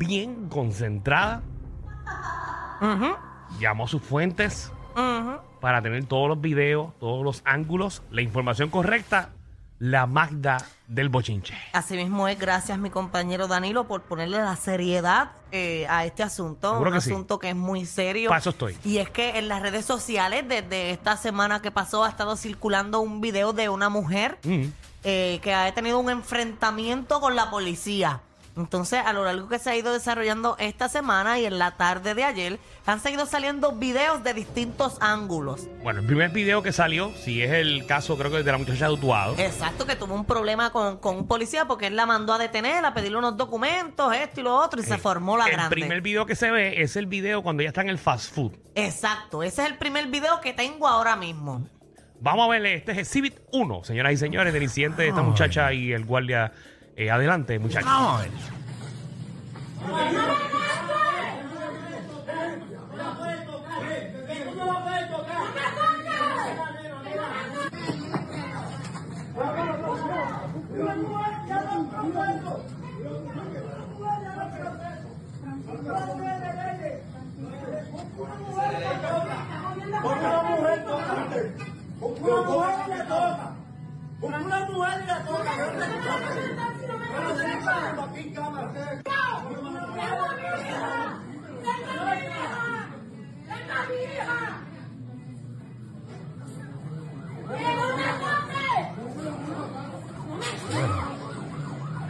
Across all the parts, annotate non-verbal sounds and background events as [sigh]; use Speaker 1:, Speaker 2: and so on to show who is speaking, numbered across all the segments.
Speaker 1: bien concentrada. Llamó a sus fuentes para tener todos los videos, todos los ángulos, la información correcta. La Magda del bochinche.
Speaker 2: Así mismo es, gracias mi compañero Danilo por ponerle la seriedad eh, a este asunto,
Speaker 1: Seguro
Speaker 2: un
Speaker 1: que sí.
Speaker 2: asunto que es muy serio.
Speaker 1: Para eso estoy.
Speaker 2: Y es que en las redes sociales, desde esta semana que pasó, ha estado circulando un video de una mujer
Speaker 1: Mm.
Speaker 2: eh, que ha tenido un enfrentamiento con la policía. Entonces, a lo largo que se ha ido desarrollando esta semana y en la tarde de ayer, han seguido saliendo videos de distintos ángulos.
Speaker 1: Bueno, el primer video que salió, si es el caso, creo que de la muchacha de Utuado.
Speaker 2: Exacto, que tuvo un problema con, con un policía porque él la mandó a detener, a pedirle unos documentos, esto y lo otro, y se
Speaker 1: Eh,
Speaker 2: formó la
Speaker 1: el
Speaker 2: grande.
Speaker 1: primer video que se ve es el video cuando ya está en el fast food.
Speaker 2: Exacto, ese es el primer video que tengo ahora mismo.
Speaker 1: Vamos a verle, este es Exhibit 1, señoras y señores, del incidente de esta muchacha y el guardia. Eh, adelante, muchachos.
Speaker 3: Vamos a ver.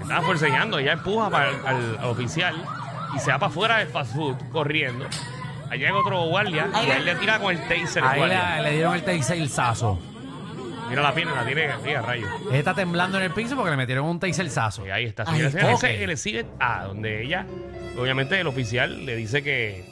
Speaker 1: Estaba forcejeando, ella empuja para el- al, al oficial y se va para afuera del fast food corriendo. Ahí llega otro guardia y a él le tira con el taser. el
Speaker 3: Ahí
Speaker 1: guardia.
Speaker 3: la- le dieron el taserzazo.
Speaker 1: Mira la pierna, la tiene, mira, rayo.
Speaker 3: Está temblando en el piso porque le metieron un taserzazo.
Speaker 1: Y ahí está.
Speaker 2: Ay,
Speaker 1: señoras y señores.
Speaker 3: ok.
Speaker 1: Ese es el exhibit A, donde ella, obviamente el oficial le dice que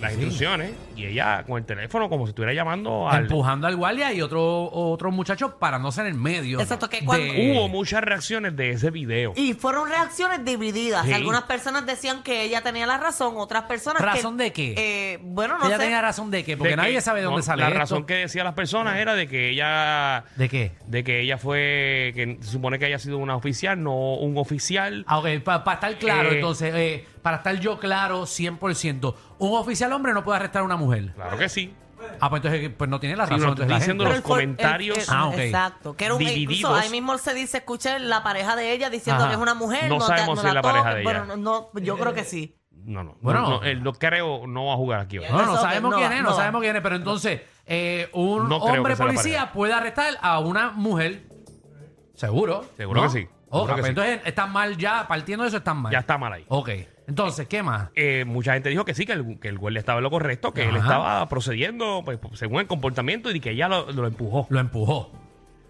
Speaker 1: las instrucciones y ella con el teléfono como si estuviera llamando al...
Speaker 3: Empujando al guardia y otro, otro muchacho parándose en el medio.
Speaker 2: Exacto, que cuando-
Speaker 3: de-
Speaker 1: Hubo muchas reacciones de ese video.
Speaker 2: Y fueron reacciones divididas.
Speaker 1: Sí.
Speaker 2: Algunas personas decían que ella tenía la razón, otras personas
Speaker 3: ¿Razón
Speaker 2: que,
Speaker 3: de qué?
Speaker 2: eh, bueno, no
Speaker 3: Ella
Speaker 2: sé.
Speaker 3: tenía razón de que, porque
Speaker 1: De
Speaker 3: nadie
Speaker 1: que-
Speaker 3: sabe de dónde
Speaker 1: no,
Speaker 3: sale
Speaker 1: La
Speaker 3: esto.
Speaker 1: razón que decía las personas era de que ella...
Speaker 3: ¿De qué?
Speaker 1: De que ella fue... Que se supone que haya sido una oficial, no un oficial.
Speaker 3: Ah, ok, para estar claro,
Speaker 1: Eh,
Speaker 3: entonces, eh, para estar yo claro 100%, un oficial hombre no puede arrestar a una mujer.
Speaker 1: Claro que sí.
Speaker 3: Ah, pues entonces, eh, pues no tiene la
Speaker 1: Sí,
Speaker 3: razón.
Speaker 1: no,
Speaker 3: entonces,
Speaker 1: estoy
Speaker 3: la
Speaker 1: diciendo
Speaker 3: gente.
Speaker 1: los comentarios
Speaker 3: Ah, ok.
Speaker 2: Exacto. Que era un, incluso
Speaker 1: divididos.
Speaker 2: ahí mismo se dice, escuché la pareja de ella diciendo
Speaker 3: Ajá.
Speaker 2: que es una mujer.
Speaker 1: No
Speaker 2: te-
Speaker 1: sabemos si es la pareja
Speaker 2: toques.
Speaker 1: de
Speaker 2: Bueno,
Speaker 1: ella.
Speaker 2: no, no, yo creo que sí.
Speaker 1: No, no.
Speaker 3: Bueno.
Speaker 1: no, no, él no creo, no va a jugar aquí hoy.
Speaker 3: No, no
Speaker 2: Eso,
Speaker 3: sabemos
Speaker 2: no,
Speaker 3: quién es, no,
Speaker 2: no.
Speaker 3: sabemos quién es, pero entonces, eh, un
Speaker 1: No creo
Speaker 3: hombre
Speaker 1: que sea la
Speaker 3: policía
Speaker 1: pareja.
Speaker 3: puede arrestar a una mujer. Seguro.
Speaker 1: Seguro
Speaker 3: ¿no?
Speaker 1: que sí,
Speaker 3: Ok,
Speaker 1: seguro que
Speaker 3: pues
Speaker 1: sí.
Speaker 3: entonces están mal ya, partiendo de eso están mal.
Speaker 1: Ya está mal ahí.
Speaker 3: Ok. Entonces, ¿qué más?
Speaker 1: Eh, mucha gente dijo que sí, que el, que el guardia estaba en lo correcto, que él
Speaker 3: Ajá.
Speaker 1: estaba procediendo pues, según el comportamiento y que ella lo, lo empujó.
Speaker 3: Lo empujó.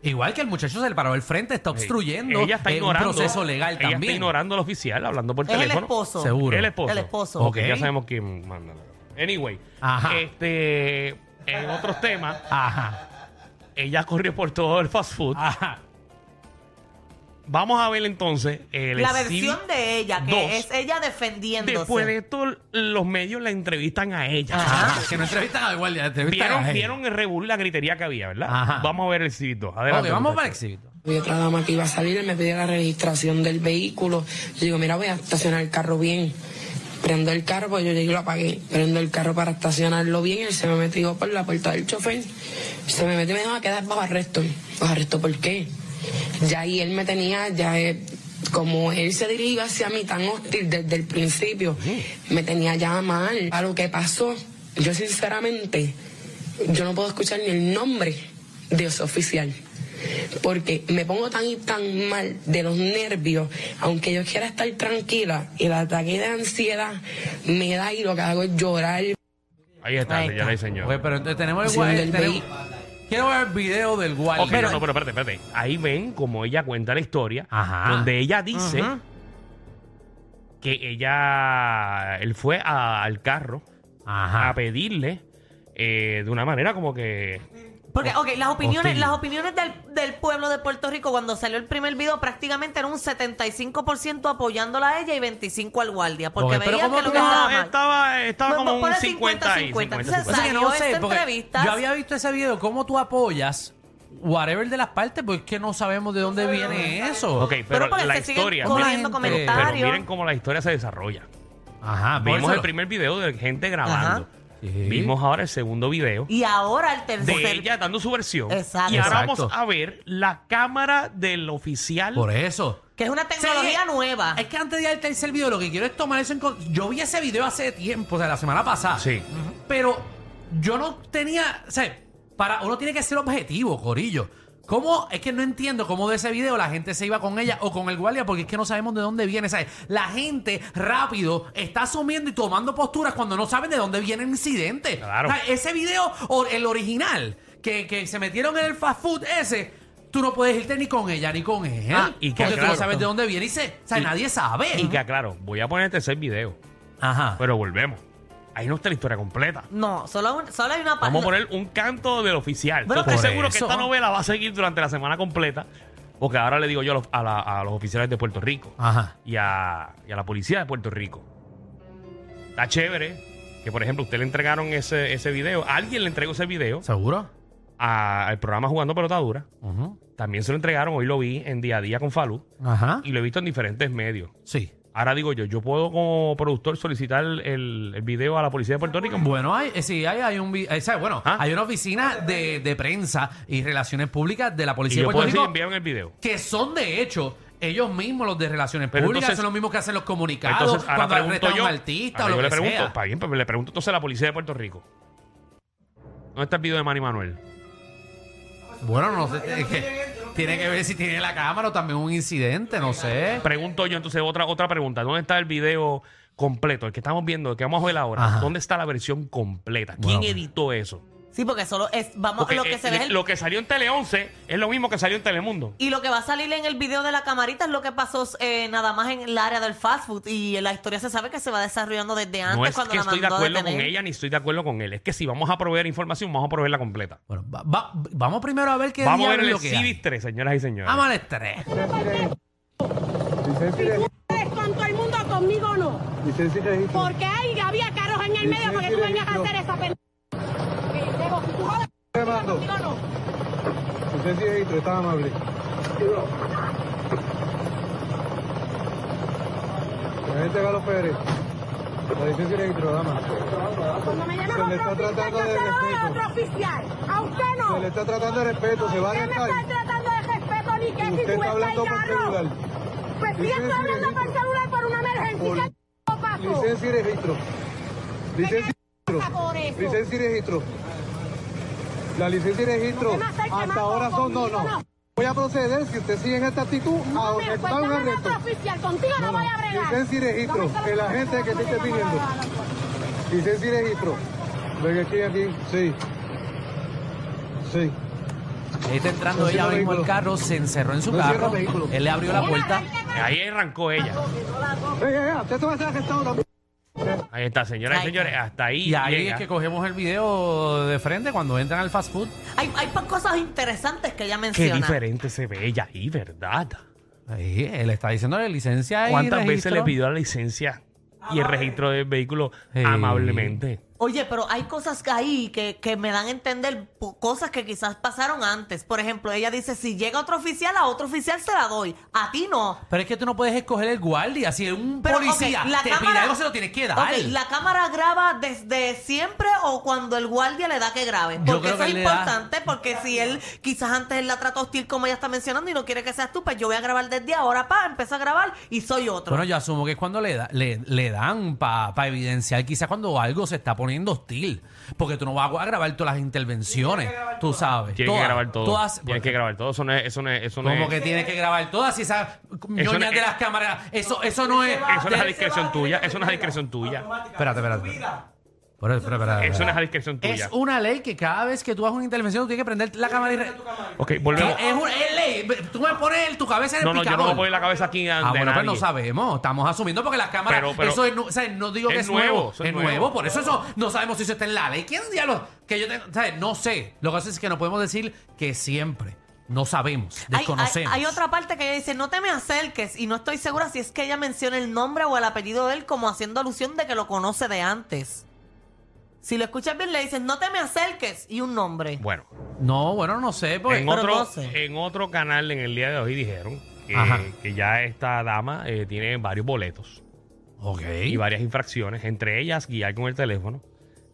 Speaker 3: Igual que el muchacho se le paró el frente, está obstruyendo
Speaker 1: ella está
Speaker 3: eh, un
Speaker 1: ignorando,
Speaker 3: proceso legal
Speaker 1: ella
Speaker 3: también.
Speaker 1: está ignorando al oficial, hablando por
Speaker 2: Es el
Speaker 1: teléfono.
Speaker 2: esposo.
Speaker 3: Seguro.
Speaker 1: El esposo.
Speaker 2: El esposo.
Speaker 1: Ok,
Speaker 3: Ok.
Speaker 1: ya sabemos quién manda. la- Anyway,
Speaker 3: Ajá.
Speaker 1: este en otros temas,
Speaker 3: Ajá.
Speaker 1: ella corrió por todo el fast food.
Speaker 3: Ajá.
Speaker 1: Vamos a ver entonces el
Speaker 2: La
Speaker 1: exhibit
Speaker 2: versión de ella, que
Speaker 1: dos.
Speaker 2: es ella defendiéndose.
Speaker 1: Después de esto, los medios la entrevistan a ella.
Speaker 2: Ajá.
Speaker 3: Que no entrevistan a guardia, entrevistan
Speaker 1: Vieron,
Speaker 3: a él.
Speaker 1: vieron el rebull, la gritería que había, ¿verdad?
Speaker 3: Ajá.
Speaker 1: Vamos a ver el exhibit 2.
Speaker 3: Ok,
Speaker 1: Adelante.
Speaker 3: vamos
Speaker 1: muchachos.
Speaker 3: para el exhibito.
Speaker 4: Vi otra dama que iba a salir, él me pidió la registración del vehículo. Yo digo, mira, voy a estacionar el carro bien. Prendo el carro, pues yo llegué y lo apagué. Prendo el carro para estacionarlo bien. Él se me metió por la puerta del chofer. Se me metió y me dijo, a quedar bajo arresto. ¿Bajo arresto por qué? Ya ahí él me tenía, ya eh, como él se dirigió hacia mí tan hostil desde el principio, me tenía ya mal. A lo que pasó, yo sinceramente, yo no puedo escuchar ni el nombre de ese oficial. Porque me pongo tan y tan mal de los nervios, aunque yo quiera estar tranquila, el ataque de ansiedad me da y lo que hago es llorar.
Speaker 1: Ahí está,
Speaker 2: Ahí
Speaker 1: señora y señor.
Speaker 3: Ok, pero entonces tenemos el
Speaker 4: Sí,
Speaker 3: guardia.
Speaker 4: del
Speaker 3: tenemos- Quiero ver el video del guardia.
Speaker 1: Ok, no, no, pero espérate, espérate. Ahí ven como ella cuenta la historia,
Speaker 3: Ajá.
Speaker 1: donde ella dice
Speaker 2: Ajá.
Speaker 1: que ella, él fue a- al carro
Speaker 3: Ajá.
Speaker 1: a pedirle eh, de una manera como que...
Speaker 2: Porque, ok, las opiniones,
Speaker 3: Hostil.
Speaker 2: las opiniones del, del pueblo de Puerto Rico cuando salió el primer video prácticamente era un 75% apoyándola a ella y 25% al guardia. Porque
Speaker 3: Ok, pero
Speaker 2: veían
Speaker 3: ¿cómo
Speaker 2: que lo
Speaker 3: tú
Speaker 2: que
Speaker 3: no-
Speaker 2: estaba mal.
Speaker 1: estaba, estaba
Speaker 2: Pues,
Speaker 1: como un
Speaker 2: ponle
Speaker 1: 50 y 50.
Speaker 2: 50, entonces,
Speaker 3: O sea que no
Speaker 2: Salió
Speaker 3: sé,
Speaker 2: esta
Speaker 3: porque
Speaker 2: entrevista.
Speaker 3: yo había visto ese video, cómo tú apoyas whatever de las partes, porque es que no sabemos de dónde viene eso.
Speaker 1: Ok, pero,
Speaker 2: porque
Speaker 1: la
Speaker 2: se siguen
Speaker 1: historia.
Speaker 2: corriendo
Speaker 1: miren-
Speaker 2: comentarios.
Speaker 1: Pero miren cómo la historia se desarrolla.
Speaker 3: Ajá,
Speaker 1: Vimos el
Speaker 3: pónselo.
Speaker 1: primer video de gente grabando.
Speaker 3: Sí.
Speaker 1: Vimos ahora el segundo video
Speaker 2: Y ahora el
Speaker 1: de
Speaker 2: tercer.
Speaker 1: ella dando su versión.
Speaker 2: Exacto.
Speaker 1: Y ahora
Speaker 3: Exacto.
Speaker 1: vamos a ver la cámara del oficial.
Speaker 3: Por eso.
Speaker 2: Que es una tecnología
Speaker 3: Sí,
Speaker 2: nueva.
Speaker 3: Es que antes de ir al tercer video, lo que quiero es tomar eso en con- Yo vi ese video hace tiempo, o sea, la semana pasada.
Speaker 1: Sí.
Speaker 3: Pero yo no tenía. O sea, para, uno tiene que ser objetivo, Corillo. ¿Cómo? Es que no entiendo cómo de ese video la gente se iba con ella o con el guardia porque es que no sabemos de dónde viene. ¿sabes? La gente rápido está asumiendo y tomando posturas cuando no saben de dónde viene el incidente.
Speaker 1: Claro.
Speaker 3: O sea, ese video, o el original, que, que se metieron en el fast food ese, tú no puedes irte ni con ella ni con él.
Speaker 1: Ah, y que
Speaker 3: porque tú
Speaker 1: aclaro.
Speaker 3: no sabes de dónde viene y se, o sea,
Speaker 1: Y-
Speaker 3: nadie sabe.
Speaker 1: Y que aclaro, voy a poner el tercer video,
Speaker 3: Ajá.
Speaker 1: pero volvemos. Ahí no está la historia completa.
Speaker 2: No, solo, un- solo hay una parte.
Speaker 1: Vamos a poner un canto del oficial.
Speaker 2: Bueno,
Speaker 1: Yo estoy
Speaker 3: por
Speaker 1: seguro que
Speaker 3: eso.
Speaker 1: esta novela va a seguir durante la semana completa. Porque ahora le digo yo a los, a la- a los oficiales de Puerto Rico
Speaker 3: Ajá.
Speaker 1: y a, y a la policía de Puerto Rico. Está chévere que, por ejemplo, usted le entregaron ese, ese video. Alguien le entregó ese video
Speaker 3: ¿Seguro?
Speaker 1: a- al programa Jugando Pelotadura.
Speaker 3: Ujú.
Speaker 1: También se lo entregaron, hoy lo vi en día a día con Falú.
Speaker 3: Ajá.
Speaker 1: Y lo he visto en diferentes medios.
Speaker 3: Sí.
Speaker 1: Ahora digo yo, yo puedo como productor solicitar el, el video a la policía de Puerto Rico.
Speaker 3: Bueno, hay, eh, sí, hay, hay un vi- eh, ¿sabes? Bueno,
Speaker 1: ¿Ah?
Speaker 3: hay una oficina de, de prensa y relaciones públicas de la
Speaker 1: Y yo
Speaker 3: policía de
Speaker 1: puedo
Speaker 3: Puerto
Speaker 1: decir,
Speaker 3: Rico
Speaker 1: enviaron el video.
Speaker 3: que son de hecho ellos mismos los de relaciones
Speaker 1: Pero
Speaker 3: públicas,
Speaker 1: entonces- Ah,
Speaker 3: son los mismos que hacen los comunicados
Speaker 1: Entonces, ahora
Speaker 3: cuando
Speaker 1: pregunto
Speaker 3: arrestan a
Speaker 1: yo.
Speaker 3: un artista o
Speaker 1: ahora yo
Speaker 3: lo que
Speaker 1: le pregunto,
Speaker 3: sea.
Speaker 1: está bien, pero le pregunto entonces a la policía de Puerto Rico. ¿Dónde está el video de Manny Manuel?
Speaker 3: Bueno, no sé, es que tiene que ver si tiene la cámara o también un incidente, no sé.
Speaker 1: Pregunto yo entonces otra, otra pregunta. ¿Dónde está el video completo? El que estamos viendo, el que vamos a ver ahora.
Speaker 3: Ajá.
Speaker 1: ¿Dónde está la versión completa? ¿Quién
Speaker 3: Bueno.
Speaker 1: editó eso?
Speaker 2: Sí, porque solo es. Vamos,
Speaker 1: Porque
Speaker 2: lo que
Speaker 1: eh,
Speaker 2: se ve es el-
Speaker 1: lo que salió en Tele 11 es lo mismo que salió en Telemundo.
Speaker 2: Y lo que va a salir en el video de la camarita es lo que pasó eh, nada más en el área del fast food. Y la historia se sabe que se va desarrollando desde antes
Speaker 1: No es
Speaker 2: cuando
Speaker 1: que
Speaker 2: la
Speaker 1: estoy de
Speaker 2: mandó a
Speaker 1: acuerdo con
Speaker 2: detener.
Speaker 1: ella ni estoy de acuerdo con él. Es que si vamos a proveer información, vamos a proveerla completa.
Speaker 3: Bueno, va- va- vamos primero a ver qué
Speaker 1: Vamos a ver
Speaker 3: diablo
Speaker 1: el
Speaker 3: es lo que hay. Ah,
Speaker 1: Civis 3, señoras y señores.
Speaker 3: Vamos al estrés.
Speaker 5: ustedes con todo el mundo, conmigo no.
Speaker 6: Licencia y registro.
Speaker 5: Porque ahí había carros en el medio porque tú venías a hacer esa pelea. Tú jodas
Speaker 6: Llamando.
Speaker 5: conmigo no.
Speaker 6: Licencia y registro, está amable. Agente Galo Pérez. La licencia y registro, dama.
Speaker 5: Cuando me
Speaker 6: Se le
Speaker 5: llaman
Speaker 6: está
Speaker 5: otro oficial,
Speaker 6: tratando
Speaker 5: yo
Speaker 6: de
Speaker 5: se lo doy a otro
Speaker 6: respeto.
Speaker 5: oficial. A usted no.
Speaker 6: Se le está tratando de respeto, se va a
Speaker 5: Usted me
Speaker 6: alentar.
Speaker 5: está tratando de respeto ni que si
Speaker 6: Usted
Speaker 5: tú
Speaker 6: está
Speaker 5: estás
Speaker 6: hablando por celular.
Speaker 5: carro. Pues sí, estoy
Speaker 6: Licencia y
Speaker 5: hablando por
Speaker 6: registro.
Speaker 5: celular por una
Speaker 6: Por-
Speaker 5: emergencia. ¿Qué pasó?
Speaker 6: Licencia y registro. Licencia y
Speaker 5: pasa por eso?
Speaker 6: registro. Licencia y registro. La licencia y registro.
Speaker 5: No te me acerques más,
Speaker 6: Hasta ahora son no,
Speaker 5: conmigo
Speaker 6: no.
Speaker 5: no.
Speaker 6: Voy a proceder, si usted sigue en esta actitud,
Speaker 5: No,
Speaker 6: a
Speaker 5: me
Speaker 6: ordenar un
Speaker 5: cuéntame de
Speaker 6: arresto.
Speaker 5: otro oficial. Contigo no,
Speaker 6: No,
Speaker 5: voy a bregar.
Speaker 6: licencia y registro,
Speaker 5: Dame
Speaker 6: el agente que te esté pidiendo. Licencia y registro. Venga aquí, aquí. Sí. Sí.
Speaker 3: Ahí está Este entrando
Speaker 6: No
Speaker 3: ella
Speaker 6: cierra
Speaker 3: mismo el
Speaker 6: vehículo.
Speaker 3: carro, se encerró en su
Speaker 6: No cierra
Speaker 3: carro.
Speaker 6: vehículo.
Speaker 3: Él le abrió la puerta.
Speaker 1: Ahí arrancó ella.
Speaker 6: Ey, ey, ey, usted se va a hacer arrestado también.
Speaker 1: Ahí está, señoras y
Speaker 2: Ahí
Speaker 1: señores. Hasta ahí.
Speaker 3: Y ahí
Speaker 1: llega.
Speaker 3: es que cogemos el video de frente cuando entran al fast food.
Speaker 2: Hay, hay pa- cosas interesantes que ella
Speaker 1: Qué
Speaker 2: menciona.
Speaker 1: diferente se ve ella ahí, ¿verdad?
Speaker 3: Ahí, él está diciéndole licencia y
Speaker 1: ¿Cuántas veces
Speaker 3: registro.
Speaker 1: le pidió la licencia y el registro del vehículo
Speaker 3: Sí.
Speaker 1: amablemente?
Speaker 2: Oye, pero hay cosas que ahí que, que me dan a entender po- cosas que quizás pasaron antes. Por ejemplo, ella dice, si llega otro oficial, a otro oficial se la doy. A ti no.
Speaker 3: Pero es que tú no puedes escoger el guardia. Si un
Speaker 2: Pero,
Speaker 3: policía
Speaker 2: ok, la
Speaker 3: te pide
Speaker 2: cámara-
Speaker 3: algo, se lo tienes que dar.
Speaker 2: Ok, la cámara graba desde siempre o cuando el guardia le da que grabe. Porque
Speaker 3: Yo creo
Speaker 2: eso
Speaker 3: que
Speaker 2: es
Speaker 3: le da-
Speaker 2: importante, porque si él quizás antes él la trató hostil como ella está mencionando y no quiere que seas tú, pues yo voy a grabar desde ahora, pa, empiezo a grabar y soy otro.
Speaker 3: Bueno, yo asumo que es cuando le, da- le, le dan para evidenciar quizás cuando algo se está poniendo hostil. Porque tú no vas a grabar todas las intervenciones, tú sabes.
Speaker 1: Tiene que
Speaker 3: todas,
Speaker 1: grabar todo.
Speaker 3: Todas,
Speaker 1: Tiene que grabar todo. Eso no es. Eso no es, eso no
Speaker 3: como
Speaker 1: es-
Speaker 3: que tienes que grabar todas y esas ñoñas
Speaker 1: no-
Speaker 3: de las cámaras. Eso, eso no es...
Speaker 1: Eso no es a
Speaker 3: de-
Speaker 1: discreción tuya. Eso no es a discreción tuya.
Speaker 3: Espérate, espérate. espérate. Espera, espera, espera,
Speaker 1: Eso no
Speaker 3: espera.
Speaker 1: es a discreción
Speaker 3: Es
Speaker 1: tuya.
Speaker 3: una ley que cada vez que tú hagas una intervención, tú tienes que prender la cámara y... re-
Speaker 1: Ok, volvemos.
Speaker 3: Es, una es ley. Tú me pones el- tu cabeza en el
Speaker 1: No, no, yo no
Speaker 3: picador.
Speaker 1: voy a poner la cabeza aquí.
Speaker 3: Ah,
Speaker 1: ante
Speaker 3: bueno, pues no
Speaker 1: nadie.
Speaker 3: sabemos. Estamos asumiendo porque las cámaras.
Speaker 1: Pero- pero-
Speaker 3: eso es, nu- o sea, no digo que
Speaker 1: Es
Speaker 3: es
Speaker 1: nuevo,
Speaker 3: nuevo.
Speaker 1: eso es
Speaker 3: es
Speaker 1: nuevo.
Speaker 3: nuevo. Por eso eso no sabemos si eso está en la ley. ¿Quién diablos? Que yo tengo. ¿sabes? No sé. Lo que hace es que no podemos decir que siempre. No sabemos.
Speaker 2: Hay- Hay,
Speaker 3: Desconocemos.
Speaker 2: hay otra parte que ella dice, no te me acerques, y no estoy segura si es que ella menciona el nombre o el apellido de él como haciendo alusión de que lo conoce de antes. Si lo escuchas bien, le dices, no te me acerques y un nombre.
Speaker 1: Bueno,
Speaker 3: No, bueno, Pues, no sé. Porque,
Speaker 1: en
Speaker 2: pero
Speaker 1: otro,
Speaker 2: no sé.
Speaker 1: en otro canal en el día de hoy dijeron que,
Speaker 3: Ajá.
Speaker 1: que ya esta dama eh, tiene varios boletos
Speaker 3: ok.
Speaker 1: y varias infracciones, entre ellas guiar con el teléfono,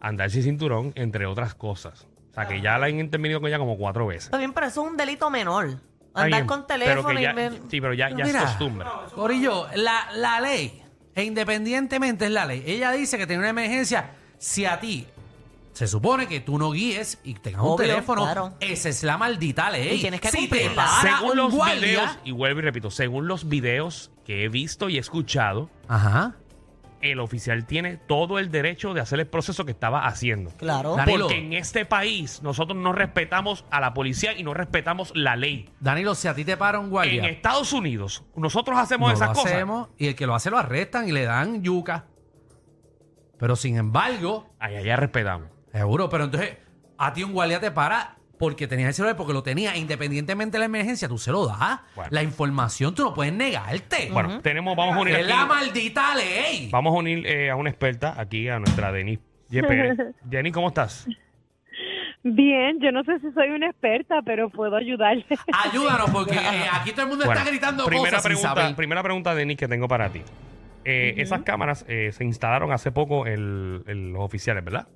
Speaker 1: andar sin cinturón, entre otras cosas. O sea, que ya la han intervenido con ella como cuatro veces.
Speaker 2: Está bien, pero eso es un delito menor.
Speaker 1: Está
Speaker 2: Andar
Speaker 1: bien,
Speaker 2: con
Speaker 1: pero
Speaker 2: teléfono
Speaker 1: que
Speaker 2: y
Speaker 1: ya-
Speaker 2: ver-
Speaker 1: Sí, pero ya, ya
Speaker 3: Mira,
Speaker 1: es costumbre.
Speaker 3: Corillo, la, la ley, e independientemente es la ley. Ella dice que tiene una emergencia. Si a ti se supone que tú no guíes y tengas un
Speaker 2: Obvio,
Speaker 3: teléfono,
Speaker 2: claro.
Speaker 3: esa es la maldita ley.
Speaker 2: Y tienes que
Speaker 3: si te
Speaker 2: cumplirla.
Speaker 3: para
Speaker 1: Según
Speaker 3: un
Speaker 1: los
Speaker 3: guardia-
Speaker 1: videos, y vuelvo y repito, según los videos que he visto y escuchado,
Speaker 3: Ajá.
Speaker 1: el oficial tiene todo el derecho de hacer el proceso que estaba haciendo.
Speaker 2: Claro.
Speaker 3: Dani- Danilo.
Speaker 1: Porque en este país nosotros no respetamos a la policía y no respetamos la ley.
Speaker 3: Danilo, si a ti te para un
Speaker 1: En
Speaker 3: guardia,
Speaker 1: Estados Unidos nosotros hacemos
Speaker 3: no
Speaker 1: esas
Speaker 3: lo
Speaker 1: cosas.
Speaker 3: hacemos y el que lo hace lo arrestan y le dan yuca. Pero sin embargo,
Speaker 1: Allá ya respetamos.
Speaker 3: Seguro, pero entonces a ti un guardia te para porque tenías el celular, porque lo tenías, independientemente de la emergencia, tú se lo das.
Speaker 1: Bueno.
Speaker 3: La información tú no puedes negarte.
Speaker 1: Bueno, tenemos, vamos a unir,
Speaker 3: es
Speaker 1: aquí-
Speaker 3: la maldita ley.
Speaker 1: vamos a, unir eh, a una experta aquí, a nuestra Denis
Speaker 7: [laughs]
Speaker 1: Pérez. Denis, ¿cómo estás?
Speaker 7: Bien, yo no sé si soy una experta, pero puedo ayudarle. [laughs]
Speaker 3: Ayúdanos, porque eh, aquí todo el mundo
Speaker 1: Bueno,
Speaker 3: está gritando
Speaker 1: primera
Speaker 3: cosas sin
Speaker 1: pregunta,
Speaker 3: saber.
Speaker 1: primera pregunta, Denis, que tengo para ti. Eh, Esas cámaras eh, se instalaron hace poco en, en los oficiales, ¿verdad?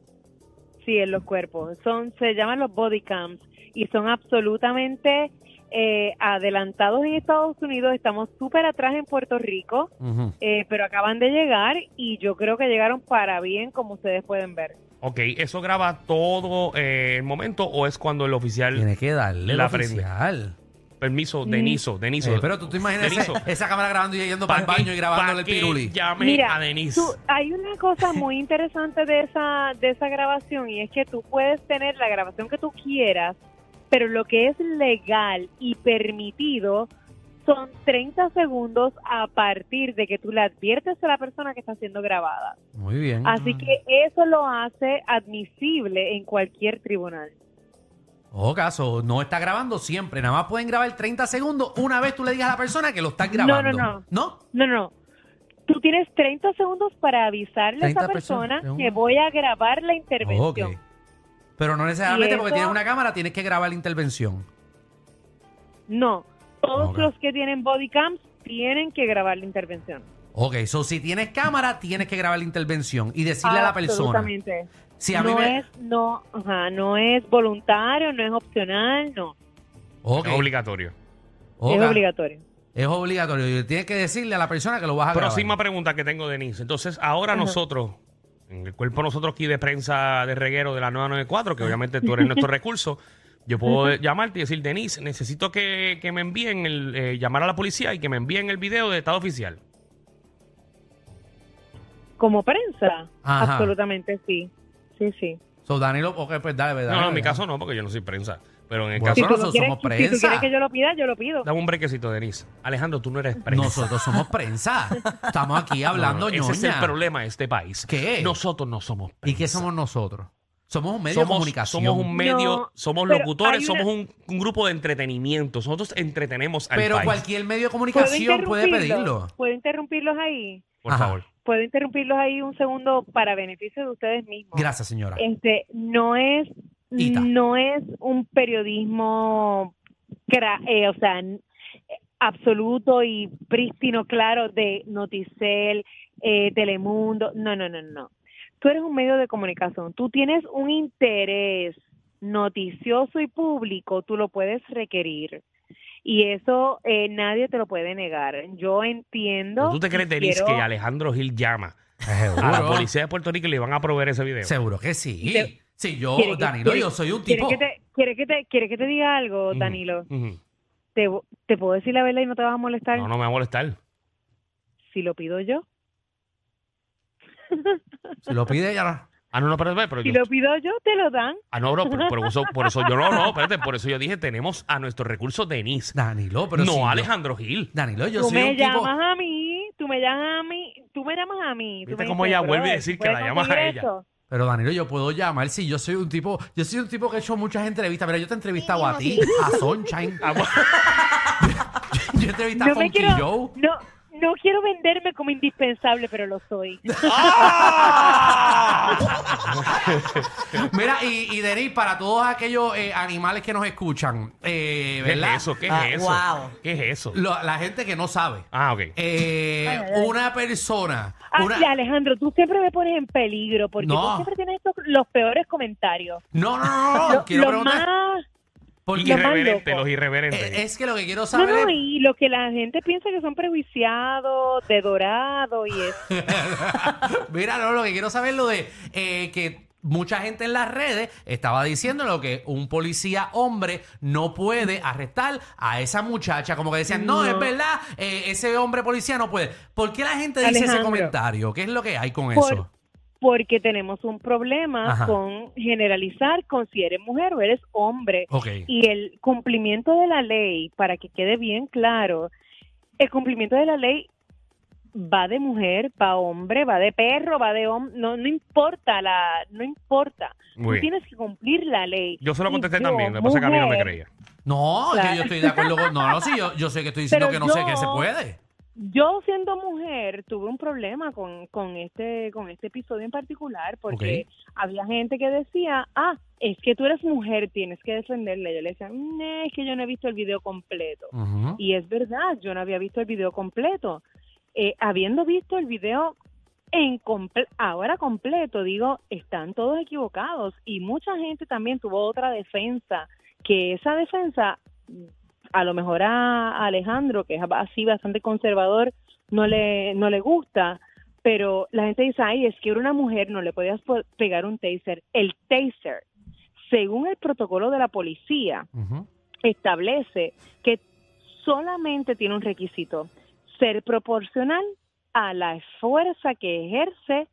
Speaker 7: Sí, en los cuerpos. Son, se llaman los body cams y son absolutamente eh, adelantados en Estados Unidos. Estamos súper atrás en Puerto Rico,
Speaker 3: Ujú.
Speaker 7: eh, pero acaban de llegar y yo creo que llegaron para bien, como ustedes pueden ver.
Speaker 1: Ok, ¿eso graba todo eh, el momento o es cuando el oficial...
Speaker 3: Tiene que darle
Speaker 1: La
Speaker 3: la oficial.
Speaker 1: Permiso, Deniso, Deniso.
Speaker 3: Eh, pero tú te imaginas
Speaker 1: Deniso.
Speaker 3: esa, esa cámara grabando y yendo para el
Speaker 1: ¿Pa' qué-
Speaker 3: baño y grabándole
Speaker 1: pa'
Speaker 3: el
Speaker 1: qué
Speaker 3: piruli.
Speaker 1: Llame
Speaker 7: Mira,
Speaker 1: a Denise.
Speaker 7: tú- hay una cosa muy interesante de esa, de esa grabación y es que tú puedes tener la grabación que tú quieras, pero lo que es legal y permitido son 30 segundos a partir de que tú le adviertes a la persona que está siendo grabada.
Speaker 3: Muy bien.
Speaker 7: Así que eso lo hace admisible en cualquier tribunal.
Speaker 3: Ojo Oh, caso, no está grabando siempre. Nada más pueden grabar 30 segundos una vez tú le digas a la persona que lo estás
Speaker 7: No, no,
Speaker 3: grabando.
Speaker 7: no.
Speaker 3: ¿No?
Speaker 7: No, no. Tú tienes 30 segundos para avisarle a
Speaker 3: 30
Speaker 7: esa persona
Speaker 3: personas, Oh,
Speaker 7: que voy a grabar la intervención.
Speaker 3: Ok. Pero no necesariamente
Speaker 7: Y
Speaker 3: porque
Speaker 7: eso-
Speaker 3: tienes una cámara, tienes que grabar la intervención.
Speaker 7: No, todos
Speaker 3: Ok.
Speaker 7: los que tienen body cams tienen que grabar la intervención.
Speaker 3: Ok, so si tienes cámara, tienes que grabar la intervención y decirle a la persona.
Speaker 7: Absolutamente.
Speaker 3: Si a mí
Speaker 7: no
Speaker 3: me-
Speaker 7: es no, ajá, no es voluntario, no es opcional, no,
Speaker 3: Ok,
Speaker 1: Es obligatorio.
Speaker 3: ok.
Speaker 7: es obligatorio.
Speaker 3: Es obligatorio. Y Tienes que decirle a la persona que lo vas a grabar.
Speaker 1: Próxima pregunta que tengo, Denise. Entonces, ahora
Speaker 7: Ajá.
Speaker 1: nosotros, en el cuerpo nosotros aquí de prensa de reguero de la 994, que obviamente tú eres
Speaker 3: [laughs]
Speaker 1: nuestro recurso, yo puedo llamarte y decir, Denise, necesito que, que me envíen, el, eh, llamar a la policía y que me envíen el video de estado oficial.
Speaker 7: Como prensa,
Speaker 3: Ajá.
Speaker 7: absolutamente sí. Sí, sí.
Speaker 3: So, Danilo, ok, pues dale, ¿verdad?
Speaker 1: no, no, en mi caso no, porque yo no soy prensa. Pero en el
Speaker 3: Bueno,
Speaker 1: caso...
Speaker 7: Si tú,
Speaker 3: nosotros
Speaker 7: lo quieres,
Speaker 3: somos
Speaker 7: si tú
Speaker 3: prensa.
Speaker 7: quieres que yo lo pida, yo lo pido.
Speaker 1: Dame un brequecito, Denise. Alejandro, tú no eres prensa.
Speaker 3: Nosotros somos prensa. Estamos aquí hablando
Speaker 1: [laughs] No, no, Ese es el
Speaker 3: ñoña.
Speaker 1: problema de este país.
Speaker 3: ¿Qué?
Speaker 1: Nosotros no somos
Speaker 3: ¿Y
Speaker 1: prensa.
Speaker 3: qué somos nosotros? Somos un medio de
Speaker 1: somos,
Speaker 3: comunicación.
Speaker 1: somos un medio,
Speaker 7: No,
Speaker 1: somos
Speaker 7: pero
Speaker 1: locutores,
Speaker 7: hay
Speaker 1: somos
Speaker 7: una-
Speaker 1: un, un grupo de entretenimiento. Nosotros entretenemos al
Speaker 3: Pero
Speaker 1: país.
Speaker 3: cualquier medio de
Speaker 7: ¿Puedo
Speaker 3: comunicación puede
Speaker 7: interrumpirlos?
Speaker 3: pedirlo.
Speaker 7: Puedo interrumpirlos ahí.
Speaker 1: Por
Speaker 3: Ajá.
Speaker 1: favor.
Speaker 7: Puedo interrumpirlos ahí un segundo para beneficio de ustedes mismos.
Speaker 3: Gracias, señora.
Speaker 7: este no es
Speaker 3: Tita.
Speaker 7: no es un periodismo cra- eh, o sea n- eh, absoluto y prístino claro de Noticel eh, Telemundo no no no no tú eres un medio de comunicación tú tienes un interés noticioso y público tú lo puedes requerir y eso eh, nadie te lo puede negar yo entiendo
Speaker 1: ¿Tú te crees,
Speaker 7: y
Speaker 1: Denise,
Speaker 7: quiero-
Speaker 1: que Alejandro Gil llama
Speaker 3: Seguro.
Speaker 1: a la policía de Puerto Rico y le van a proveer ese video?
Speaker 3: Seguro que sí.
Speaker 7: Te-
Speaker 3: Sí, yo,
Speaker 7: ¿Quiere que-
Speaker 3: Danilo,
Speaker 7: quiere-
Speaker 3: yo soy un
Speaker 7: ¿Quieres
Speaker 3: tipo.
Speaker 7: que, te, quieres que te, quieres que te diga algo,
Speaker 1: Ujú,
Speaker 7: Danilo?
Speaker 1: ujú.
Speaker 7: ¿Te, te puedo decir la verdad y no te vas a molestar
Speaker 1: No, no me va a molestar.
Speaker 7: si lo pido yo?
Speaker 3: Si lo pide, ya no.
Speaker 1: Ah, no, no, pero, pero
Speaker 7: Si
Speaker 1: yo,
Speaker 7: lo pido yo, te lo dan.
Speaker 1: ah, no, no, pero, pero eso- por eso yo no, no, espérate, por eso yo dije, tenemos a nuestro recurso Denise.
Speaker 3: Danilo, pero si
Speaker 1: No,
Speaker 3: yo-
Speaker 1: Alejandro
Speaker 3: [laughs]
Speaker 1: Gil.
Speaker 3: Danilo, yo
Speaker 7: tú
Speaker 3: soy
Speaker 7: me
Speaker 3: un tipo.
Speaker 7: llamas a mí, tú me llamas a mí, tú me llamas a mí. tú
Speaker 1: Viste
Speaker 7: me
Speaker 1: cómo
Speaker 7: dices,
Speaker 1: ella vuelve a
Speaker 7: "Brother,
Speaker 1: decir que
Speaker 7: ¿puedes
Speaker 1: la llamas a
Speaker 7: conseguir
Speaker 1: ella"?
Speaker 7: esto?".
Speaker 3: Pero Danilo, yo puedo llamar. Sí, yo soy un tipo. Yo soy un tipo que he hecho muchas entrevistas. Mira, yo te he entrevistado a ti, a Sunshine. [laughs] yo he entrevistado
Speaker 7: No
Speaker 3: a
Speaker 7: Ah, me
Speaker 3: Funky
Speaker 7: quiero,
Speaker 3: Joe.
Speaker 7: no, No quiero venderme como indispensable, pero lo soy.
Speaker 1: [laughs]
Speaker 3: ¡Ah! Mira, y, y Denis, para todos aquellos eh, animales que nos escuchan, eh,
Speaker 1: ¿Qué es
Speaker 3: ¿verdad?
Speaker 1: eso? ¿Qué es
Speaker 2: Ah,
Speaker 1: eso?
Speaker 2: wow.
Speaker 1: ¿Qué es eso?
Speaker 3: Lo- la gente que no sabe.
Speaker 1: Ah, ok.
Speaker 3: Eh, una persona.
Speaker 7: Ay,
Speaker 3: una-
Speaker 7: Ah, Alejandro, tú siempre me pones en peligro porque
Speaker 3: No.
Speaker 7: tú siempre tienes estos- los peores comentarios.
Speaker 3: No, no, no, no, no,
Speaker 7: Lo-
Speaker 3: quiero
Speaker 7: lo
Speaker 3: preguntar.
Speaker 7: más-
Speaker 1: Y
Speaker 3: Porque
Speaker 7: lo más
Speaker 1: irreverentes,
Speaker 7: loco.
Speaker 1: los irreverentes.
Speaker 3: eh, es que lo que quiero
Speaker 7: No,
Speaker 3: saber
Speaker 7: no,
Speaker 3: es.
Speaker 7: y lo que la gente piensa que son prejuiciados, de dorado y eso.
Speaker 3: [laughs] Mira, no, lo que quiero saber es lo de eh, que mucha gente en las redes estaba diciendo lo que un policía hombre no puede arrestar a esa muchacha. Como que decían, no,
Speaker 7: No.
Speaker 3: es verdad, eh, ese hombre policía no puede. ¿Por qué la gente dice ese
Speaker 7: Alejandro.
Speaker 3: comentario? ¿Qué es lo que hay con
Speaker 7: Por-
Speaker 3: eso?
Speaker 7: Porque tenemos un problema
Speaker 3: Ajá.
Speaker 7: con generalizar con si eres mujer o eres hombre.
Speaker 3: Ok.
Speaker 7: Y el cumplimiento de la ley, para que quede bien claro, el cumplimiento de la ley va de mujer, va hombre, va de perro, va de hombre, no, no importa, la, no importa.
Speaker 1: Muy
Speaker 7: Tú
Speaker 1: bien.
Speaker 7: tienes que cumplir la ley.
Speaker 1: Yo se lo
Speaker 7: Y
Speaker 1: contesté
Speaker 7: yo,
Speaker 1: también, lo que pasa es que a mí no me
Speaker 7: mujer,
Speaker 1: creía.
Speaker 3: No, es que
Speaker 7: Claro.
Speaker 3: yo estoy de acuerdo con. No, no, sí, yo, yo sé que estoy diciendo
Speaker 7: Pero
Speaker 3: que no sé
Speaker 7: yo-
Speaker 3: que se puede.
Speaker 7: Yo siendo mujer tuve un problema con, con este con este episodio en particular porque había gente que decía, ah, es que tú eres mujer, tienes que defenderla. Yo le decía, "Mm, es que yo no he visto el video completo.
Speaker 3: Ujú.
Speaker 7: Y es verdad, yo no había visto el video completo. Eh, habiendo visto el video en comple- ahora completo, digo, están todos equivocados y mucha gente también tuvo otra defensa, que esa defensa, a lo mejor a Alejandro, que es así bastante conservador, no le, no le gusta, pero la gente dice, ay, es que era una mujer, no le podías po- pegar un taser. El taser, según el protocolo de la policía,
Speaker 3: Ujú.
Speaker 7: establece que solamente tiene un requisito, ser proporcional a la fuerza que ejerce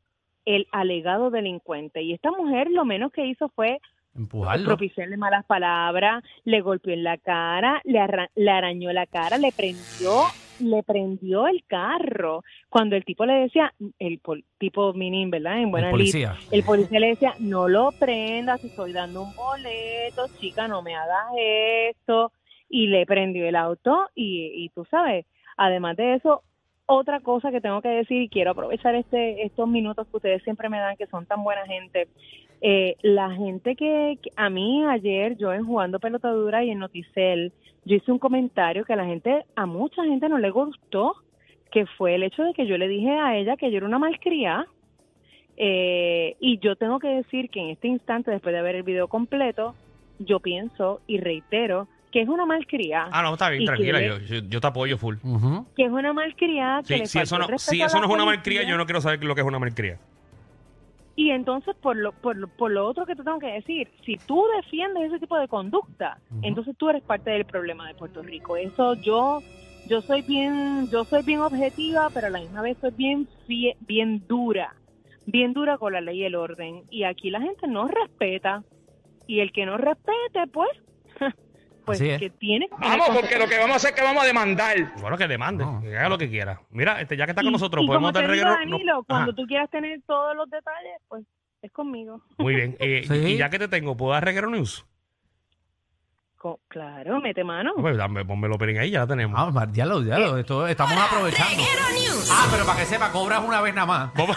Speaker 7: el alegado delincuente. Y esta mujer lo menos que hizo fue
Speaker 3: Empujarlo.
Speaker 7: propiciarle malas palabras, le golpeó en la cara, le, arra- le arañó la cara, le prendió, le prendió el carro. Cuando el tipo le decía, el pol- tipo minin, ¿verdad? En buena
Speaker 3: El
Speaker 7: lid,
Speaker 3: policía.
Speaker 7: el policía le decía, no lo prendas, estoy dando un boleto, chica, no me hagas esto. Y le prendió el auto y, y tú sabes, además de eso, otra cosa que tengo que decir y quiero aprovechar este estos minutos que ustedes siempre me dan, que son tan buena gente. Eh, la gente que, que- a mí ayer, yo en Jugando Pelotadura y en Noticel, yo hice un comentario que a la gente, a mucha gente no le gustó, que fue el hecho de que yo le dije a ella que yo era una malcriada. Eh, y yo tengo que decir que en este instante, después de ver el video completo, yo pienso y reitero que es una malcriada.
Speaker 1: Ah, no, está bien,
Speaker 7: ¿Y
Speaker 1: tranquila,
Speaker 7: qué?
Speaker 1: yo, yo, yo te apoyo full.
Speaker 3: Ujú.
Speaker 7: Que es una malcriada. que
Speaker 1: Sí,
Speaker 7: le
Speaker 1: si eso
Speaker 7: faltó el
Speaker 1: no,
Speaker 7: respeto
Speaker 1: si
Speaker 7: a
Speaker 1: eso
Speaker 7: la
Speaker 1: no es una
Speaker 7: policía.
Speaker 1: malcría, yo no quiero saber lo que es una malcría.
Speaker 7: Y entonces, por lo, por, lo, por lo otro que te tengo que decir, si tú defiendes ese tipo de conducta,
Speaker 3: Ujú.
Speaker 7: entonces tú eres parte del problema de Puerto Rico. Eso yo yo soy bien yo soy bien objetiva, pero a la misma vez soy bien fie- bien dura, bien dura con la ley y el orden. Y aquí la gente no respeta. Y el que no respete, pues, [laughs] pues
Speaker 3: Así es.
Speaker 7: que tiene que tener
Speaker 8: Vamos, porque lo que vamos a hacer es que vamos a demandar.
Speaker 1: Bueno, que demande,
Speaker 3: No.
Speaker 1: que haga lo que quiera. Mira, este, ya que está con
Speaker 7: Y-
Speaker 1: nosotros,
Speaker 7: y
Speaker 1: podemos
Speaker 7: como te
Speaker 1: dar
Speaker 7: digo,
Speaker 1: regalo. no-
Speaker 7: Danilo, cuando
Speaker 1: Ajá,
Speaker 7: tú quieras tener todos los detalles, pues es conmigo.
Speaker 1: Muy bien, eh,
Speaker 3: Sí.
Speaker 1: y ya que te tengo, ¿puedo dar reguero news?
Speaker 7: Co- claro, mete mano.
Speaker 1: Hombre, dame, ponmelo pelín ahí, ya la tenemos.
Speaker 3: Ah, mar- diablo, diablo, esto- estamos aprovechando. Ah, pero para que sepa, cobras una vez nada más.
Speaker 1: Vamos.